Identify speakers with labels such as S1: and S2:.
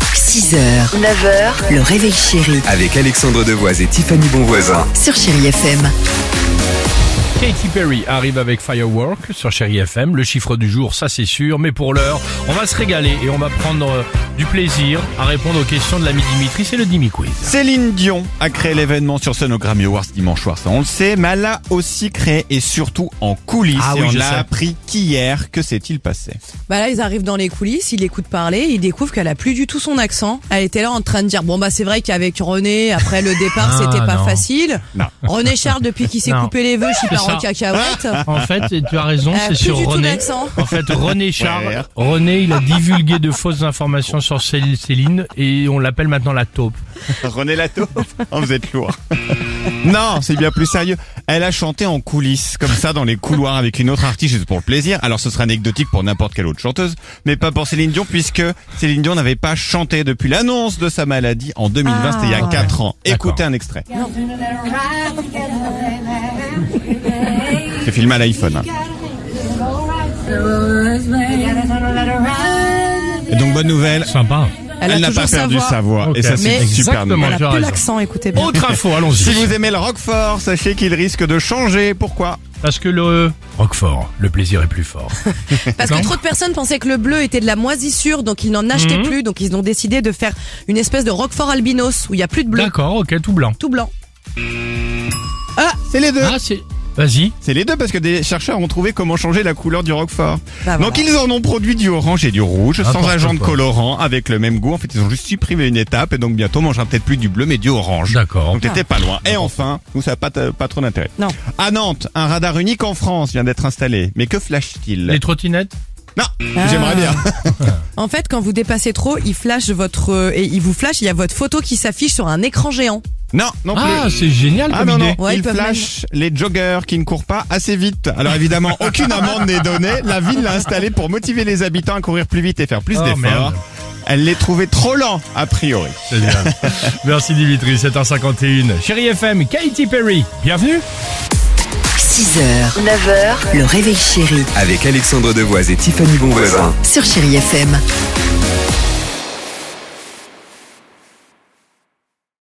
S1: 6h, 9h, le réveil chéri
S2: Avec Alexandre Devoise et Tiffany Bonvoisin.
S1: sur Chéri FM.
S3: Katy Perry arrive avec Firework sur Chéri FM. Le chiffre du jour, ça c'est sûr. Mais pour l'heure, on va se régaler et on va prendre euh, du plaisir à répondre aux questions de l'ami Dimitri. C'est le Dimi Quiz.
S4: Céline Dion a créé l'événement sur scène au Grammy Awards dimanche soir, ça on le sait, mais elle l'a aussi créé et surtout en coulisses.
S3: Ah
S4: et
S3: oui, je
S4: on
S3: sais.
S4: a appris qu'hier, que s'est-il passé
S5: Bah là, ils arrivent dans les coulisses, ils l'écoutent parler, ils découvrent qu'elle a plus du tout son accent. Elle était là en train de dire bon bah c'est vrai qu'avec René, après le départ,
S3: Ah,
S5: c'était pas
S3: non.
S5: facile.
S4: Non.
S5: René Charles, depuis qu'il s'est
S3: Non.
S5: coupé les vœux, je suis
S3: C'est
S5: pas en
S3: ça.
S5: cacahuète.
S3: En fait, tu as raison,
S5: Elle a
S3: c'est
S5: Ah, plus
S3: sur
S5: du tout
S3: René.
S5: d'accent.
S3: En fait, René Char,
S4: Ouais.
S3: René, il a divulgué de fausses informations sur Cél- Céline et on l'appelle maintenant la taupe.
S4: René Latto oh, Vous êtes lourd. non, c'est bien plus sérieux. Elle a chanté en coulisses, comme ça, dans les couloirs avec une autre artiste, juste pour le plaisir. Alors ce serait anecdotique pour n'importe quelle autre chanteuse, mais pas pour Céline Dion, puisque Céline Dion n'avait pas chanté depuis l'annonce de sa maladie en 2020, c'était il y a 4 ans. Écoutez un extrait. C'est filmé à l'iPhone. hein. Et donc bonne nouvelle,
S3: Sympa.
S4: elle, n'a pas perdu sa voix.
S3: Ok.
S4: Et ça, c'est
S5: Mais-
S4: super
S3: Exactement.
S4: nouvelle.
S5: Elle
S3: tu as
S5: a plus
S3: raison.
S5: l'accent, écoutez bien.
S3: Autre info,
S4: Si
S3: allons-y.
S4: vous aimez le Roquefort, sachez qu'il risque de changer. Pourquoi
S3: Parce que le Roquefort, le plaisir est plus fort.
S5: Parce que trop de personnes pensaient que le bleu était de la moisissure, donc ils n'en
S3: Mhm.
S5: achetaient plus, donc ils ont décidé de faire une espèce de Roquefort albinos où il y a plus de bleu,
S3: D'accord, ok, tout blanc.
S5: tout blanc.
S4: C'est les deux.
S3: Ah, c'est. Vas-y.
S4: C'est les deux parce que des chercheurs ont trouvé comment changer la couleur du Roquefort.
S5: Bah, voilà.
S4: Donc ils en ont produit du orange et du rouge, sans
S3: N'importe
S4: agent de
S3: quoi.
S4: colorant, avec le même goût. En fait, ils ont juste supprimé une étape et donc bientôt on mangera peut-être plus du bleu mais du orange.
S3: D'accord.
S4: Donc t'étais pas loin. Et enfin, nous ça n'a pas, t- pas trop d'intérêt.
S5: Non.
S4: À Nantes, un radar unique en France vient d'être installé. Mais que flash-t-il
S3: Les trottinettes
S4: Non,
S5: Ah.
S4: j'aimerais bien.
S5: En fait, quand vous dépassez trop, il flash votre euh, et il vous flash, il y a votre photo qui s'affiche sur un écran géant.
S4: Non, non plus.
S3: Ah, c'est génial
S4: Ah
S3: comme
S4: non,
S3: idée.
S4: non,
S5: Ouais, ils
S4: il
S5: peuvent
S4: flash les joggers qui ne courent pas assez vite. Alors évidemment, aucune amende n'est donnée. La ville l'a installé pour motiver les habitants à courir plus vite et faire plus
S3: Oh,
S4: d'efforts.
S3: merde.
S4: Elle les trouvait trop lents, a priori.
S3: C'est bien. Merci Dimitri, 7h51. Chérie FM, Katy Perry, bienvenue.
S1: 6h, 9h, le réveil chéri
S2: Avec Alexandre Devoise et Tiffany Bonvoisin.
S1: sur Chéri FM.